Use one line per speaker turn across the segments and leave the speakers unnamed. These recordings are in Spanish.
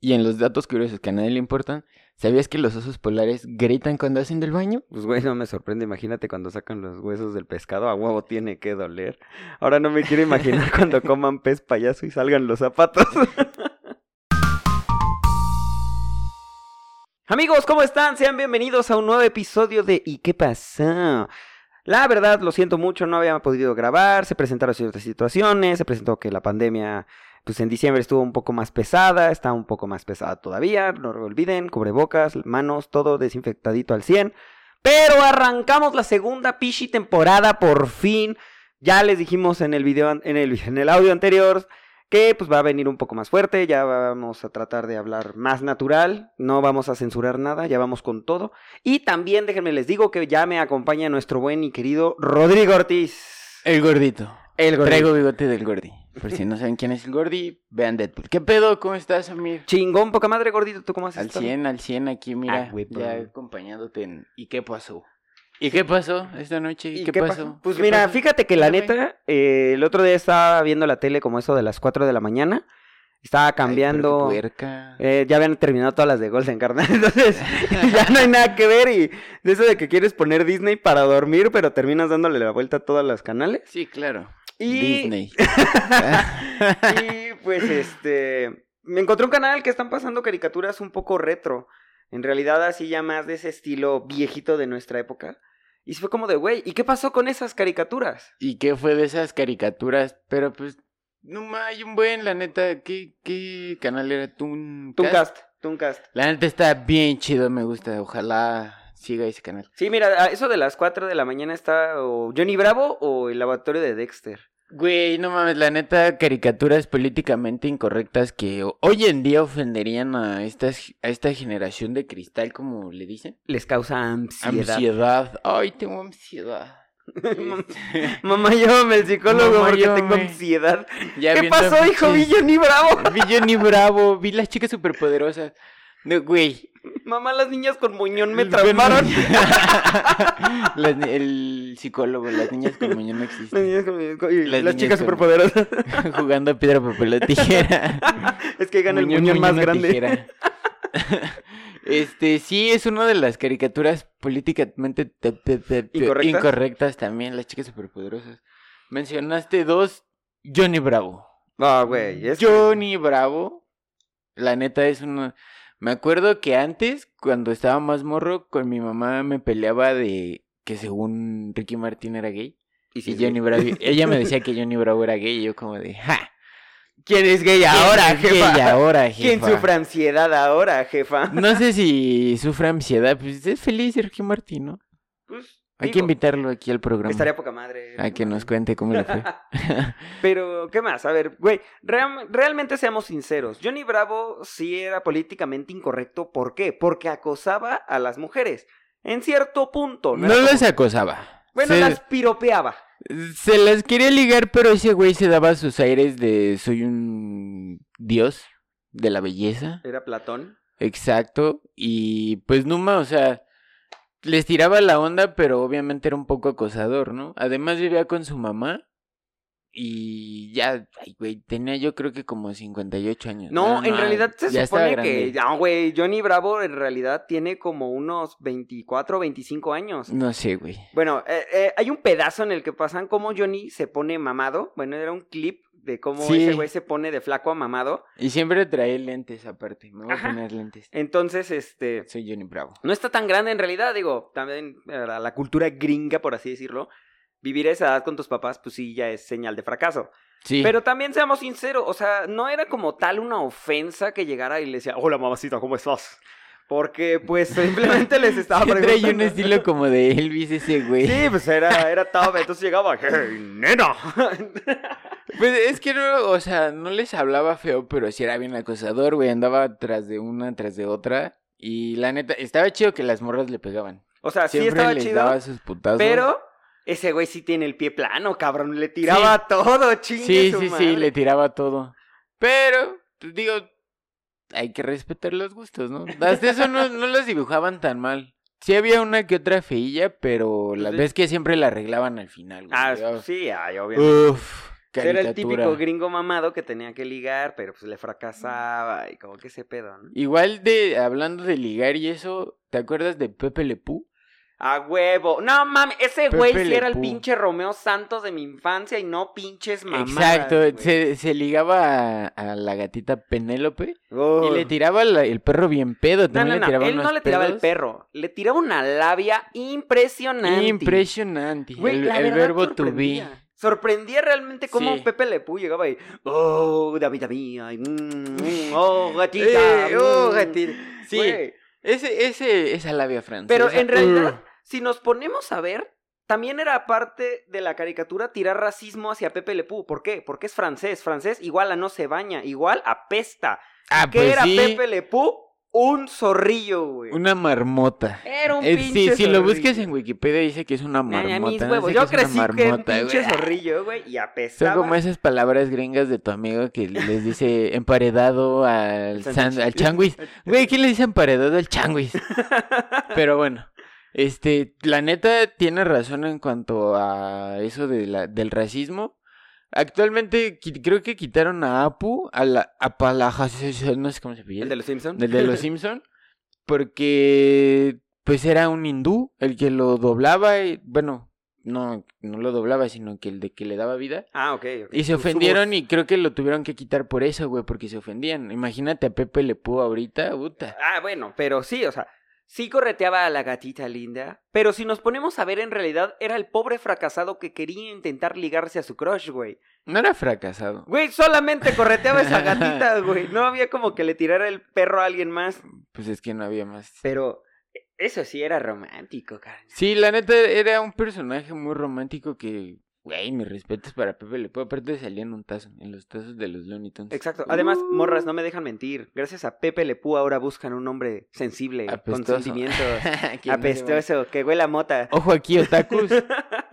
Y en los datos curiosos que a nadie le importan, ¿sabías que los osos polares gritan cuando hacen del baño?
Pues güey, no me sorprende, imagínate cuando sacan los huesos del pescado, a huevo tiene que doler. Ahora no me quiero imaginar cuando coman pez payaso y salgan los zapatos. Amigos, ¿cómo están? Sean bienvenidos a un nuevo episodio de ¿Y qué pasó? La verdad, lo siento mucho, no había podido grabar, se presentaron ciertas situaciones, se presentó que la pandemia pues en diciembre estuvo un poco más pesada, está un poco más pesada todavía, no lo olviden, cubrebocas, manos, todo desinfectadito al 100. Pero arrancamos la segunda Pichi temporada por fin. Ya les dijimos en el video en el, en el audio anterior que pues va a venir un poco más fuerte, ya vamos a tratar de hablar más natural, no vamos a censurar nada, ya vamos con todo. Y también déjenme les digo que ya me acompaña nuestro buen y querido Rodrigo Ortiz.
El gordito.
El gordito.
Traigo bigote del gordi. Por si no saben quién es el gordi, vean Deadpool. ¿Qué pedo? ¿Cómo estás, Amir?
Chingón, poca madre, gordito, ¿tú cómo has
Al
estado?
100, al 100 aquí,
Ah,
mira,
güey, pero-
ya acompañándote en ¿Y qué pasó? ¿Y qué pasó esta noche? ¿Y, qué, pasó?
Pues
¿Qué
mira,
pasó?
fíjate que la
Cuéntame.
neta, eh, el otro día estaba viendo la tele como eso de las 4 de la mañana. Estaba
Ay, pero qué
cambiando.
puerca.
eh, ya habían terminado todas las de Golden, carnal. Entonces, ya no hay nada que ver. Y de eso de que quieres poner Disney para dormir, pero terminas dándole la vuelta a todos los canales.
Sí, claro.
Y,
Disney.
y pues este. Me encontré un canal que están pasando caricaturas un poco retro. En realidad, así ya más de ese estilo viejito de nuestra época. Y fue como de, güey, ¿y qué pasó con esas caricaturas?
¿Y qué fue de esas caricaturas? Pero pues, no ma, hay un buen, la neta, ¿qué, qué canal era? Tun
Tooncast, Tooncast.
La neta está bien chido, me gusta, ojalá siga ese canal.
Sí, mira, a eso de las 4 de la mañana está o Johnny Bravo o el laboratorio de Dexter.
Güey, no mames, la neta, caricaturas políticamente incorrectas que ho- hoy en día ofenderían a, estas, a esta generación de cristal, como le dicen.
Les causa ansiedad.
Ansiedad. Ay, tengo ansiedad. Este,
Mamá, llévame al psicólogo
Mamá,
porque tengo
llévame.
ansiedad.
ya
¿Qué
viendo
pasó, hijo? Vi
pinches-
Johnny Bravo.
Vi Johnny Bravo, vi las chicas superpoderosas. No, güey,
Mamá, las niñas con moñón me
Bueno,
traumaron.
las ni- el psicólogo, las niñas con muñón no
Las
existen.
niñas con moñón. y
Las
Las,
niñas
chicas
con-
superpoderosas.
Jugando a piedra, papel o tijera.
es que gana el
Muñón,
moñón, más
muñón o
grande.
tijera. Este, sí, es una de las caricaturas políticamente te- te- te- te-
¿Incorrectas?
incorrectas también, las chicas superpoderosas. Mencionaste dos, Johnny Bravo.
No, güey. es que-
Johnny Bravo, la neta es una... Me acuerdo que antes, cuando estaba más morro, con mi mamá me peleaba de que según Ricky Martin era gay.
Y sí,
Y
sí.
Johnny Bravo, ella me decía que Johnny Bravo era gay y yo como de, ¡ja!
¿Quién es gay ahora,
¿Quién es
jefa?
gay ahora, jefa?
¿Quién sufre ansiedad ahora, jefa?
No sé si sufre ansiedad, pues es feliz Sergio Martín, ¿no?
Pues,
Hay que
digo,
invitarlo aquí al programa
Estaría poca madre.
a que nos cuente cómo le fue.
Pero, ¿qué más? A ver, güey, ream- realmente seamos sinceros. Johnny Bravo sí era políticamente incorrecto. ¿Por qué? Porque acosaba a las mujeres. En cierto punto.
No
era como-
las acosaba.
Bueno,
Se-
las piropeaba.
Se las quería ligar, pero ese güey se daba sus aires de soy un dios de la belleza.
Era Platón.
Exacto. Y pues Numa, o sea, les tiraba la onda, pero obviamente era un poco acosador, ¿no? Además vivía con su mamá. Y ya, ay, güey, tenía yo creo que como 58 años.
No, en realidad se
ya estaba
supone que.
grande.
No, güey, Johnny Bravo en realidad tiene como unos 24 o 25 años.
No sé, güey.
Bueno, eh, eh, hay un pedazo en el que pasan cómo Johnny se pone mamado. Bueno, era un clip de cómo
Sí.
ese güey se pone de flaco a mamado.
Y siempre trae lentes aparte. Me voy a
Ajá.
poner lentes.
Entonces, este.
Soy Johnny Bravo.
no está tan grande en realidad, digo, también eh, la, la cultura gringa, por así decirlo, vivir a esa edad con tus papás, pues sí, ya es señal de fracaso.
Sí.
Pero también seamos sinceros, o sea, no era como tal una ofensa que llegara y le decía, hola mamacita, ¿cómo estás? Porque pues simplemente les estaba
Sí,
preguntando.
trae un estilo como de Elvis ese güey.
Sí, pues era, era top, entonces llegaba, hey, nena.
Pues es que no, o sea, no les hablaba feo, pero sí era bien acosador, güey. Andaba tras de una, tras de otra. Y la neta, estaba chido que las morras le pegaban.
O sea, Ah, sí
Siempre
estaba
les
chido,
daba sus putazos.
pero ese güey sí tiene el pie plano, cabrón, le tiraba
Sí.
todo, chingue
Sí,
su
sí,
madre.
sí, le tiraba todo. Pero, pues, digo, hay que respetar los gustos, ¿no? Hasta eso no, no las dibujaban tan mal. Sí había una que otra feilla, pero la
Pues,
ves que siempre la arreglaban al final, güey.
Ah,
Yo-
sí, ay, obviamente.
Uf.
Era el
caricatura.
típico gringo mamado que tenía que ligar, pero pues le fracasaba y como que ese pedo, ¿no?
Igual de, hablando de ligar y eso, ¿te acuerdas de Pepe Le Pew?
A huevo. No mames, ese güey
Pepe
sí
Le
era el
Pew.
pinche Romeo Santos de mi infancia y no pinches mamadas.
Exacto,
güey.
se, se ligaba a, a la gatita Penélope
Oh.
y le tiraba la- el perro bien pedo.
No,
También
no,
le
no,
tiraba
él no
unos
le tiraba el
pedos.
perro, le tiraba una labia impresionante.
Impresionante.
Güey,
el
la
el
verdad,
verbo to be.
sorprendía. Sorprendía realmente cómo
Sí.
Pepe Le Pew llegaba y oh, David mía, y, mm, mm, oh, gatita,
Eh, oh,
mm".
gatita. Sí,
Güey,
ese, ese, esa labia francesa.
Pero en
Uh.
realidad, si nos ponemos a ver, también era parte de la caricatura tirar racismo hacia Pepe Le Pew. ¿Por qué? Porque es francés. Francés igual a no se baña, igual apesta.
ah,
¿Qué
pues
era
sí,
Pepe Le Pew? Un zorrillo, güey.
Una marmota.
Era un
Eh, sí,
pinche
si lo
zorrillo.
buscas en Wikipedia dice que es una
Nah, nah,
marmota.
mis
no sé
huevos.
qué
Yo
es una
crecí que un
marmota, güey.
pinche zorrillo, güey, y
Son
apestaba.
como esas palabras gringas de tu amigo que les dice emparedado al,
Sándwich.
san- al changuis. Güey, ¿quién le dice emparedado al changuis? Pero bueno, este, la neta tiene razón en cuanto a eso de la, del racismo. Actualmente qui- creo que quitaron a Apu, a la a Palaja, no sé cómo se pide.
¿El de los Simpsons?
del de los Simpson, porque pues era un hindú el que lo doblaba y bueno, no no lo doblaba, sino que el de que le daba vida.
Ah, ok. ok.
Y se
Su- su
ofendieron
voz.
y creo que lo tuvieron que quitar por eso, güey, porque se ofendían. Imagínate a Pepe Le Pew ahorita, puta.
Ah, bueno, pero sí, o sea, sí correteaba a la gatita linda, pero si nos ponemos a ver, en realidad era el pobre fracasado que quería intentar ligarse a su crush, güey.
No era fracasado.
Güey, solamente correteaba a esa gatita, güey. No había como que le tirara el perro a alguien más,
Pues es que no había más.
pero eso sí era romántico, cara.
Sí, la neta era un personaje muy romántico que, güey, mis respetos para Pepe Le Pew. Aparte salían un tazo, en los tazos de los Looney Tunes.
Exacto. Además,
Uh.
morras, no me dejan mentir. Gracias a Pepe Le Pew ahora buscan un hombre sensible, Eh, con
Apestoso.
sentimientos.
Que no se vaya.
Apestoso, que huele a mota.
Ojo aquí, otakus.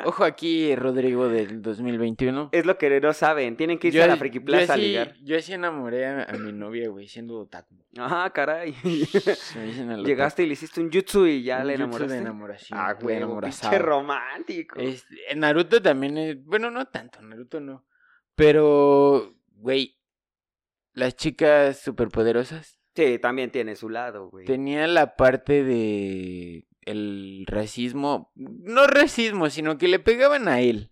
Ojo aquí, Rodrigo del 2021.
Es lo que no saben. Tienen que irse a la Friki Plaza a
así-
ligar.
Yo así enamoré a, a mi novia, güey, siendo otaku.
Ah, caray.
Se me dicen al otaku.
Llegaste y le hiciste un jutsu y ya
Un
le
jutsu
enamoraste.
De enamoración.
ah,
de
güey,
enamorazao.
pinche romántico.
Este, Naruto también es... Bueno, no tanto, Naruto no. Pero, güey, las chicas superpoderosas
Sí, también tiene su lado, güey.
tenía la parte de el racismo, no racismo, sino que le pegaban a él.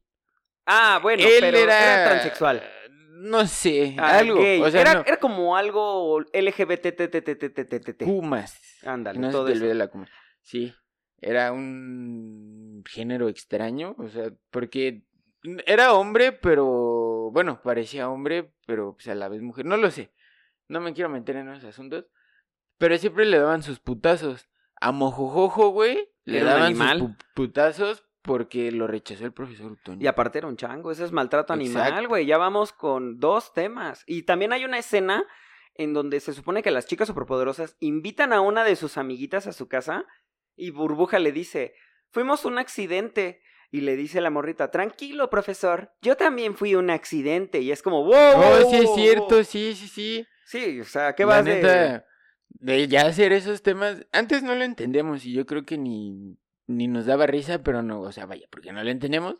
Ah, bueno,
él
pero
era...
era transexual.
No sé,
Ah,
algo.
gay.
O sea,
era,
no.
era como algo LGBTTTTTTT.
Kumas.
Ándale,
No se
todo
te
eso.
olvide la Kuma. Sí, era un género extraño, o sea, porque era hombre, pero bueno, parecía hombre, pero pues, a la vez mujer. No lo sé, no me quiero meter en esos asuntos, pero siempre le daban sus putazos. A Mojojojo, güey, le
Era un
daban
animal.
sus pu- putazos porque lo rechazó el profesor Toño.
Y aparte era un chango, eso es maltrato animal,
Exacto.
güey. Ya vamos con dos temas. Y también hay una escena en donde se supone que las chicas superpoderosas invitan a una de sus amiguitas a su casa y Burbuja le dice, fuimos un accidente. Y le dice la morrita, tranquilo, profesor, yo también fui un accidente. Y es como, wow.
Oh,
wow,
sí es
wow,
cierto,
wow".
sí, sí, sí.
Sí, o sea, ¿qué
La
vas de...?
neta, de ya hacer esos temas. Antes no lo entendíamos y yo creo que ni, ni nos daba risa, pero no, o sea, vaya, porque no lo entendemos.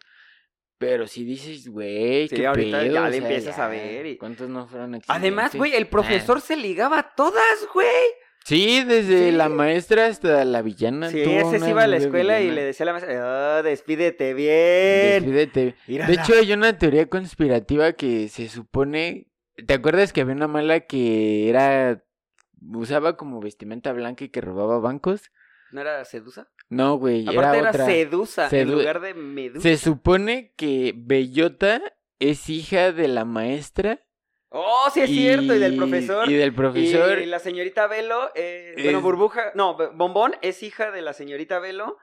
Pero si dices, güey,
Sí,
qué
ahorita
pedo,
ya
o
le
sea,
empiezas
ya,
a ver y-
¿Cuántos no fueron accidentes?
Además, güey, el
Ah.
profesor se ligaba a todas, güey.
Sí, desde
Sí.
la maestra hasta la villana.
Sí,
tuvo
ese
una
sí iba a la
bebé
escuela y
villana.
le decía a la maestra, "Oh, despídete bien.
Despídete.
Mírala.
De hecho, hay una teoría conspirativa que se supone. ¿Te acuerdas que había una mala que era. usaba como vestimenta blanca y que robaba bancos?
¿No era Sedusa?
No, güey, era,
Aparte era,
otra.
Sedusa en
Sedu-
lugar de Medusa.
Se supone que Bellota es hija de la maestra.
Oh, sí es cierto, y del profesor.
Y
Y,
del profesor.
la señorita Velo, eh, bueno,
Es-
Burbuja, no, B- Bombón es hija de la señorita Velo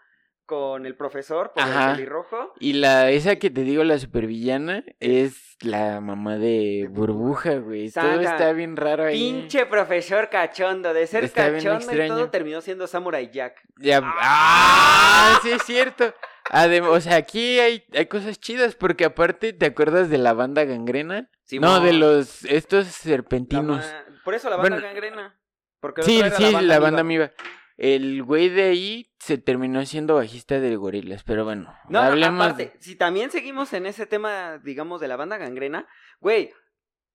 con el profesor por
Ajá.
el pelirrojo.
Y la esa que te digo, la supervillana, es la mamá de
De Burbuja.
Burbuja, güey. Todo
Saga.
está bien raro ahí.
Pinche profesor cachondo, de ser
Está bien
cachondo y
extraño.
todo terminó siendo Samurai Jack.
Ya-
¡Ah!
¡Ah! Sí, es cierto. Adem- o sea, aquí hay, hay cosas chidas, porque aparte, ¿te acuerdas de la banda gangrena? no,
Simón.
de los, estos
La
serpentinos.
ma- Por eso la banda
Bueno.
gangrena. Porque el
Sí,
otro era
sí, la banda,
Amiba.
amiba. el güey de ahí se terminó siendo bajista de gorilas, pero bueno,
No,
hablemos
aparte, si también seguimos en ese tema, digamos, de la banda gangrena, güey,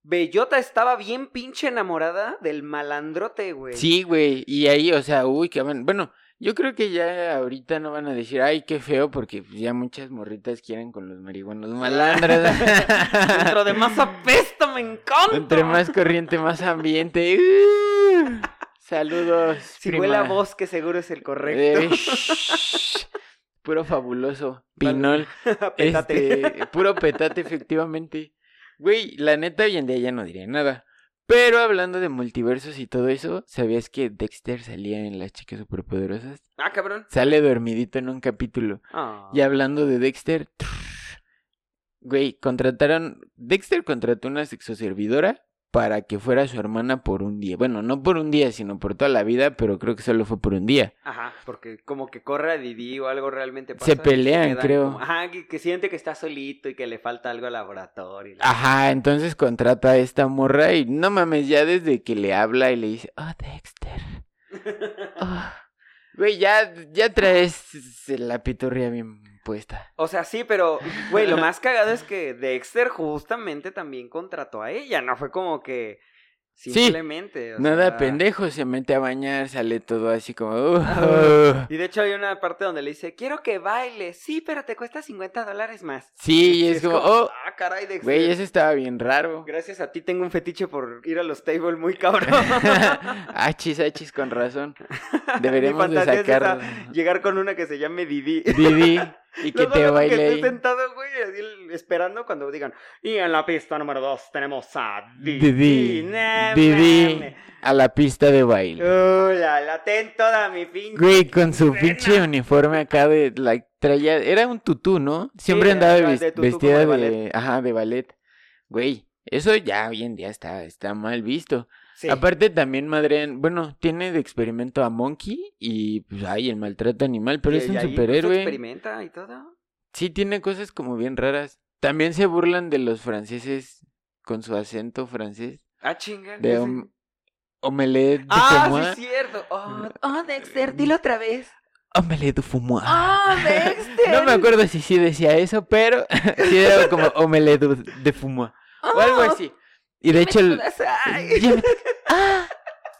Bellota estaba bien pinche enamorada del malandrote, güey.
Sí, güey, y ahí, o sea, uy, que van- bueno, yo creo que ya ahorita no van a decir, ay, qué feo, porque pues, ya muchas morritas quieren con los marihuanos malandros.
Dentro de más apesto me encanta.
Entre más corriente, más ambiente. Uh, saludos.
Si
prima.
fue la voz que seguro es el
Eh,
correcto.
shh, puro fabuloso. Pinol.
Pétate.
Eh, Este, puro petate, efectivamente. Güey, la neta, hoy en día ya no diría nada. Pero hablando de multiversos y todo eso, ¿sabías que Dexter salía en Las Chicas Superpoderosas?
Ah, cabrón.
Sale dormidito en un capítulo.
Ah.
Y hablando de Dexter, trrr, güey, contrataron. Dexter contrató una sexoservidora para que fuera su hermana por un día. Bueno, no por un día, sino por toda la vida, pero creo que solo fue por un día.
Ajá, porque como que corre a Didi o algo realmente pasa.
Se pelean,
quedan
creo.
como- Ajá, que, que siente que está solito y que le falta algo al laboratorio. y la-
Ajá, entonces contrata a esta morra y no mames, ya desde que le habla y le dice, oh, Dexter. oh". Güey, ya, ya traes la piturria bien puesta.
O sea, sí, pero, güey, lo más cagado es que Dexter justamente también contrató a ella, no fue como que simplemente. o
Nada
sea-
pendejo, se mete a bañar, sale todo así como... "Uh, uh".
Y de hecho hay una parte donde le dice, quiero que baile, sí, pero te cuesta 50 dólares más.
Sí, y es como, oh,
ah, caray, Dexter.
güey, eso estaba bien raro.
Gracias a ti tengo un fetiche por ir a los tables muy cabrón.
achis, achis, con razón. Deberíamos
Mi
de
fantasía es
sacar
Llegar con una que se llame Didi.
Didi y que
Lo más
te
raro Que
baile
esté
ahí.
sentado, güey, así, esperando cuando digan. Y en la pista número 2 tenemos a Didi.
Didi,
No
Didi,
mames.
a la pista de baile.
Uh, la, la ten toda mi pinche.
Güey, con su
Frena.
pinche uniforme acá de like traía, era un tutú, ¿no? Siempre
de-
andaba
de
vis-
tutú como
vestida
de
de,
ballet.
ajá, de ballet. Güey, eso ya hoy en día está está mal visto.
Sí.
Aparte también madrean, bueno, tiene de experimento a Monkey y pues ay, el maltrato animal, pero
Y-
es
y
un
ahí pues, incluso
superhéroe.
experimenta y todo.
Sí tiene cosas como bien raras. También se burlan de los franceses con su acento francés
Ah, chinga.
de
ese-
om- omelette du
Ah, sí,
fumoir.
es cierto. Oh, oh, Dexter, dilo otra vez.
Omelette du fumoir.
Oh, Dexter.
Ah. No me acuerdo si sí decía eso, pero sí era como omelette de- de fumo o
Oh.
algo así. Y de hecho, el... Ya me- Ah,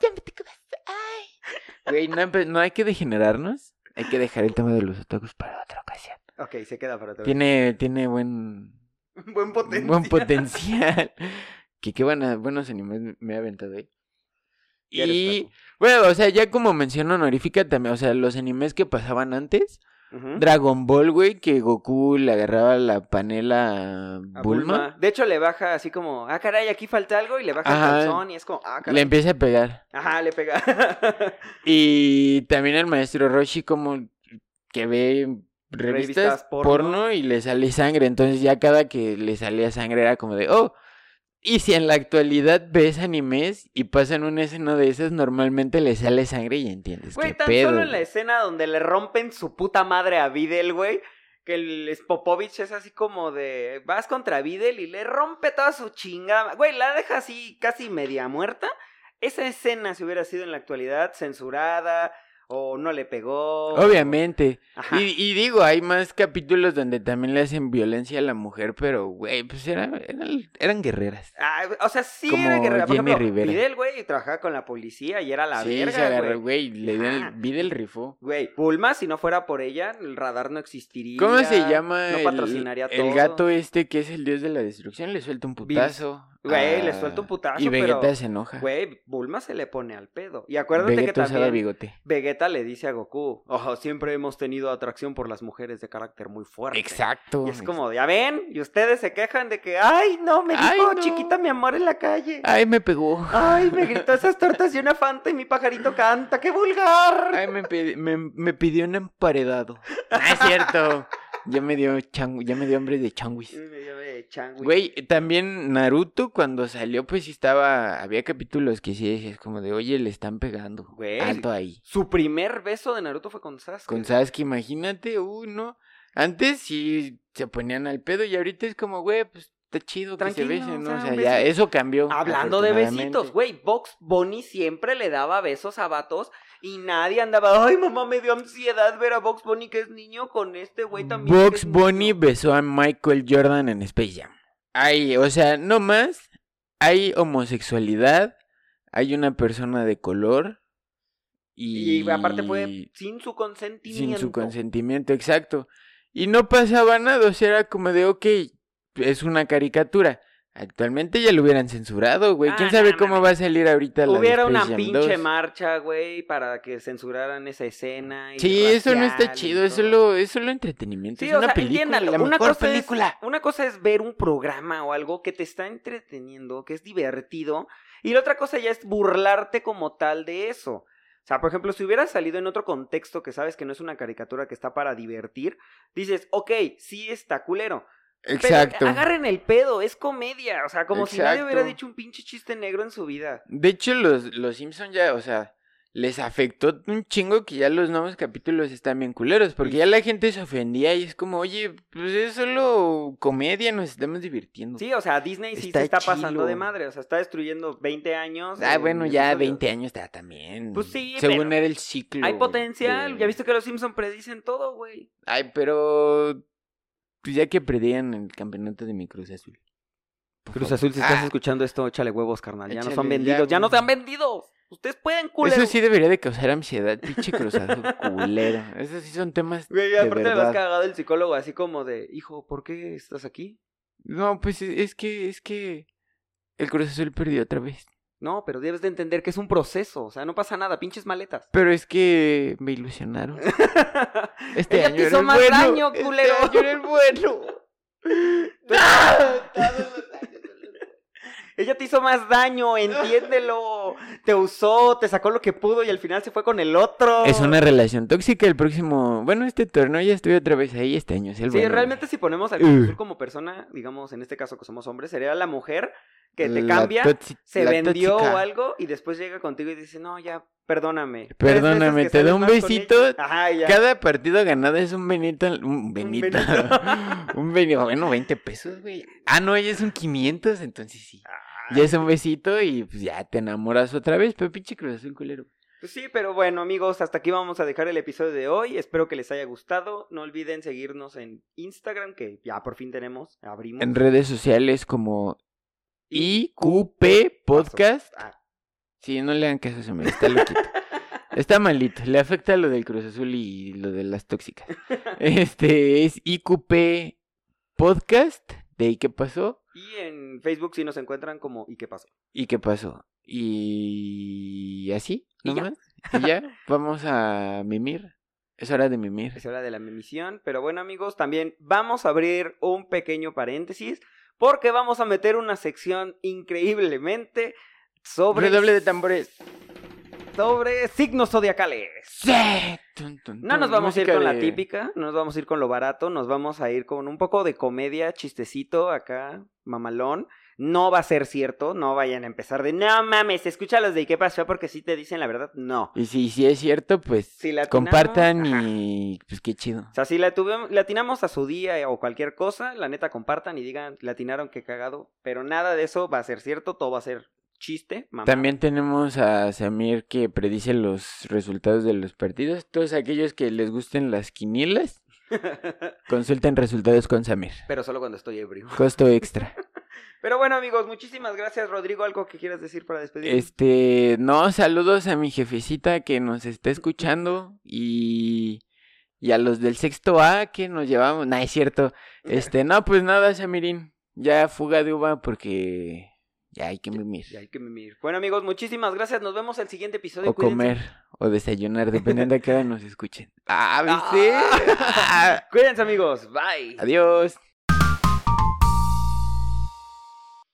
ya me te quedaste. Ay. Güey, no, empe- no hay que degenerarnos. Hay que dejar el tema de los otakus para otra ocasión.
Ok, se queda para todo.
Tiene, tiene buen,
Buen potencial.
buen potencial. que qué buena- buenos animes me he aventado ahí.
Ya eres
Y
otaku.
bueno, o sea, ya como mención honorífica también, o sea, los animes que pasaban antes,
Ujú.
Dragon Ball, güey, que Goku le agarraba la panela a
A
Bulma.
Bulma. De hecho, le baja así como, ah, caray, aquí falta algo, y le baja
Ajá.
el calzón, y es como, ah,
Le
caray.
empieza a pegar.
Ajá, le pega.
Y también el maestro Roshi como que ve revistas,
Revistas porno.
porno. y le sale sangre. Entonces ya cada que le salía sangre era como de, oh. Y si en la actualidad ves animes y pasan una escena de esas, normalmente le sale sangre y entiendes.
Güey,
qué
tan
pedo,
solo en la
güey.
escena donde le rompen su puta madre a Videl, güey. Que el Spopovich es así como de. Vas contra Videl y le rompe toda su chingada. Güey, la deja así casi media muerta. Esa escena, si hubiera sido en la actualidad, censurada. O no le pegó.
Obviamente.
Oh. Ajá.
Y, y digo, hay más capítulos donde también le hacen violencia a la mujer, pero, güey, pues era- eran- eran guerreras.
Ah, o sea, sí
Como
era guerrera. Por
Jenny
ejemplo,
Rivera.
Videl, güey, trabajaba con la policía y era la
sí, se
verga,
agarró, güey.
güey.
Le dio
Ajá.
el, vi del rifo.
Güey, Bulma, si no fuera por ella, el radar no existiría.
¿Cómo se llama
No
el,
patrocinaría
el
todo.
gato este que es el dios de la destrucción? Le suelta un putazo.
Güey, le
a-
suelta un putazo,
Y Vegeta
pero-
se enoja.
Güey, Bulma se le pone al pedo. Y acuérdate
Vegeta
que
usaba
también
bigote.
Vegeta le dice a Goku, ojo, siempre hemos tenido atracción por las mujeres de carácter muy fuerte.
Exacto.
Y es como, ya ven, y ustedes se quejan de que, ay, no, me dijo
Ay, no.
chiquita mi amor en la calle. Ay.
Ay, me pegó.
me gritó esas tortas y una fanta y mi pajarito canta, qué vulgar.
Ay, me, pedi- me, me pidió un emparedado. No es cierto. Ya me dio changu- ya me dio hambre de changuis.
Me dio de chango.
Güey, también Naruto cuando salió, pues sí estaba. Había capítulos que sí decías como de, oye, le están pegando.
Güey.
Alto ahí.
Su primer beso de Naruto fue con Sasuke.
Con Sasuke, imagínate, uy, no. Antes sí se ponían al pedo y ahorita es como, güey, pues está chido
Tranquilo,
que se besen, ¿no?
o
O
sea,
sea,
un
ya
beso.
eso cambió.
Hablando de
afortunadamente.
besitos, güey, Vox Bunny siempre le daba besos a vatos y nadie andaba, ay mamá, me dio ansiedad ver a Vox Bunny que es niño con este güey también. que
Box
es
Bunny
niño".
besó a Michael Jordan en Space Jam. Ay, o sea, no más. Hay homosexualidad. Hay una persona de color. Y,
Y aparte fue sin su
sin
consentimiento.
su consentimiento, exacto. Y no pasaba nada, o sea, era como de, ok, es una caricatura. Actualmente ya lo hubieran censurado, güey.
Ah,
¿Quién
no
sabe
mames.
cómo va a salir ahorita la de
Hubiera una
Space Jam
pinche
2?
marcha, güey, para que censuraran esa escena. y
Sí, eso no está
racial y
chido, es
todo.
solo, es solo entretenimiento.
Sí,
es
o
una
sea,
película,
entiéndalo.
la
una
mejor
cosa es-
película.
una cosa es ver un programa o algo que te está entreteniendo, que es divertido, y la otra cosa ya es burlarte como tal de eso. O sea, por ejemplo, si hubiera salido en otro contexto que sabes que no es una caricatura que está para divertir, dices, ok, sí está culero.
Exacto.
Pero agarren el pedo, es comedia. O sea, como si nadie
Exacto.
hubiera dicho un pinche chiste negro en su vida.
De hecho, los, los Simpson ya, o sea, les afectó un chingo que ya los nuevos capítulos están bien culeros, porque ya la gente se ofendía y es como, oye, pues es solo comedia, nos estamos divirtiendo.
Sí, o sea, Disney sí
Está
se está
chilo.
pasando de madre. O sea, está destruyendo 20 años.
Ah,
en
bueno, ya
episodios.
20 años está también.
Pues sí,
Según
pero
era el ciclo.
Hay potencial.
de-
Ya viste que los Simpson predicen todo, güey.
Ay, pero. Pues ya que perdían el campeonato de mi Cruz Azul. Por
Cruz
favor.
Azul, si estás
Ah,
escuchando esto, échale huevos, carnal. Ya no
Échale,
son
ya,
vendidos, ya, no
güey.
se han vendido. Ustedes pueden, culero.
Eso sí debería de causar ansiedad, pinche Cruz Azul culero. Esos sí son temas.
Güey,
de
aparte le
verdad.
vas cagado el psicólogo, así como de, hijo, ¿por qué estás aquí?
No, pues es es que, es que el Cruz Azul perdió otra vez.
No, pero debes de entender que es un proceso, o sea, no pasa nada, pinches maletas.
Pero es que me ilusionaron. Este
Ella
año
te
era
hizo
el
más
bueno,
daño,
este
culero.
año era el bueno.
Ella te hizo más daño, entiéndelo. Te usó, te sacó lo que pudo y al final se fue con el otro.
Es una relación tóxica el próximo. Bueno, este torneo ya estoy otra vez ahí este año. Es el
Sí,
bueno. Uh.
realmente si ponemos al
Ugh.
Cruz Azul como persona, digamos, en este caso que somos hombres, sería la mujer que te
La
cambia.
toxi-
se
la
vendió
tóxica.
o algo y después llega contigo y dice, no, ya, perdóname. Tres
Perdóname,
veces
te
que
doy
sales
un
más con
besito,
ella. Ajá, y ya.
Cada partido ganado es un benito. al- Un benito.
benito.
un benito. Bueno, 20 pesos, güey. Ah, no, ya es un 500, entonces sí.
Ah.
Ya es un besito y pues, ya te enamoras otra vez, pero pinche Cruz Azul culero.
Pues sí, pero bueno, amigos, hasta aquí vamos a dejar el episodio de hoy. Espero que les haya gustado. No olviden seguirnos en Instagram, que ya por fin tenemos, abrimos.
En redes sociales como IQP Podcast.
Ah,
Sí, no le hagan caso a ese hombre, está loquito. Está malito, le afecta lo del Cruz Azul y lo de las tóxicas. Este es IQP Podcast, de ¿Y qué pasó?
y en Facebook sí nos encuentran como ¿Y qué pasó?
¿Y qué pasó? Y así,
Y ya.
nomás. Y ya, vamos a mimir. Es hora de mimir.
Es hora de la misión. Pero bueno, amigos, también vamos a abrir un pequeño paréntesis porque vamos a meter una sección increíblemente sobre...
Redoble de tambores.
sobre signos zodiacales.
Sí. Tun, tun,
No
tun.
nos vamos a ir
Mm, Música
con la
de-
típica, no nos vamos a ir con lo barato, nos vamos a ir con un poco de comedia, chistecito acá, mamalón. No va a ser cierto, no vayan a empezar de no mames, escucha los de ¿Y qué pasó porque si te dicen la verdad, no.
Y si, si es cierto, pues
Si la atinamos,
compartan
ajá.
y pues qué chido.
O sea, si la tuvimos, latinamos a su día eh, o cualquier cosa, la neta compartan y digan, latinaron que cagado, pero nada de eso va a ser cierto, todo va a ser chiste, mamá.
También tenemos a Samir que predice los resultados de los partidos. Todos aquellos que les gusten las quinielas, consulten resultados con Samir.
pero solo cuando estoy ebrio.
Costo extra.
Pero bueno, amigos, muchísimas gracias, Rodrigo, algo que quieras decir para despedirnos.
Este, no, saludos a mi jefecita que nos está escuchando y, y a los del sexto A que nos llevamos. No, es cierto. Este, no, pues nada, Shamirín. Ya fuga de uva porque ya hay que mimir.
Y hay que mimir. Bueno, amigos, muchísimas gracias. Nos vemos el siguiente episodio.
O
Cuídense.
comer o desayunar, dependiendo de qué hora nos escuchen. Ah, ¿viste?
Ah. Cuídense, amigos. Bye.
Adiós.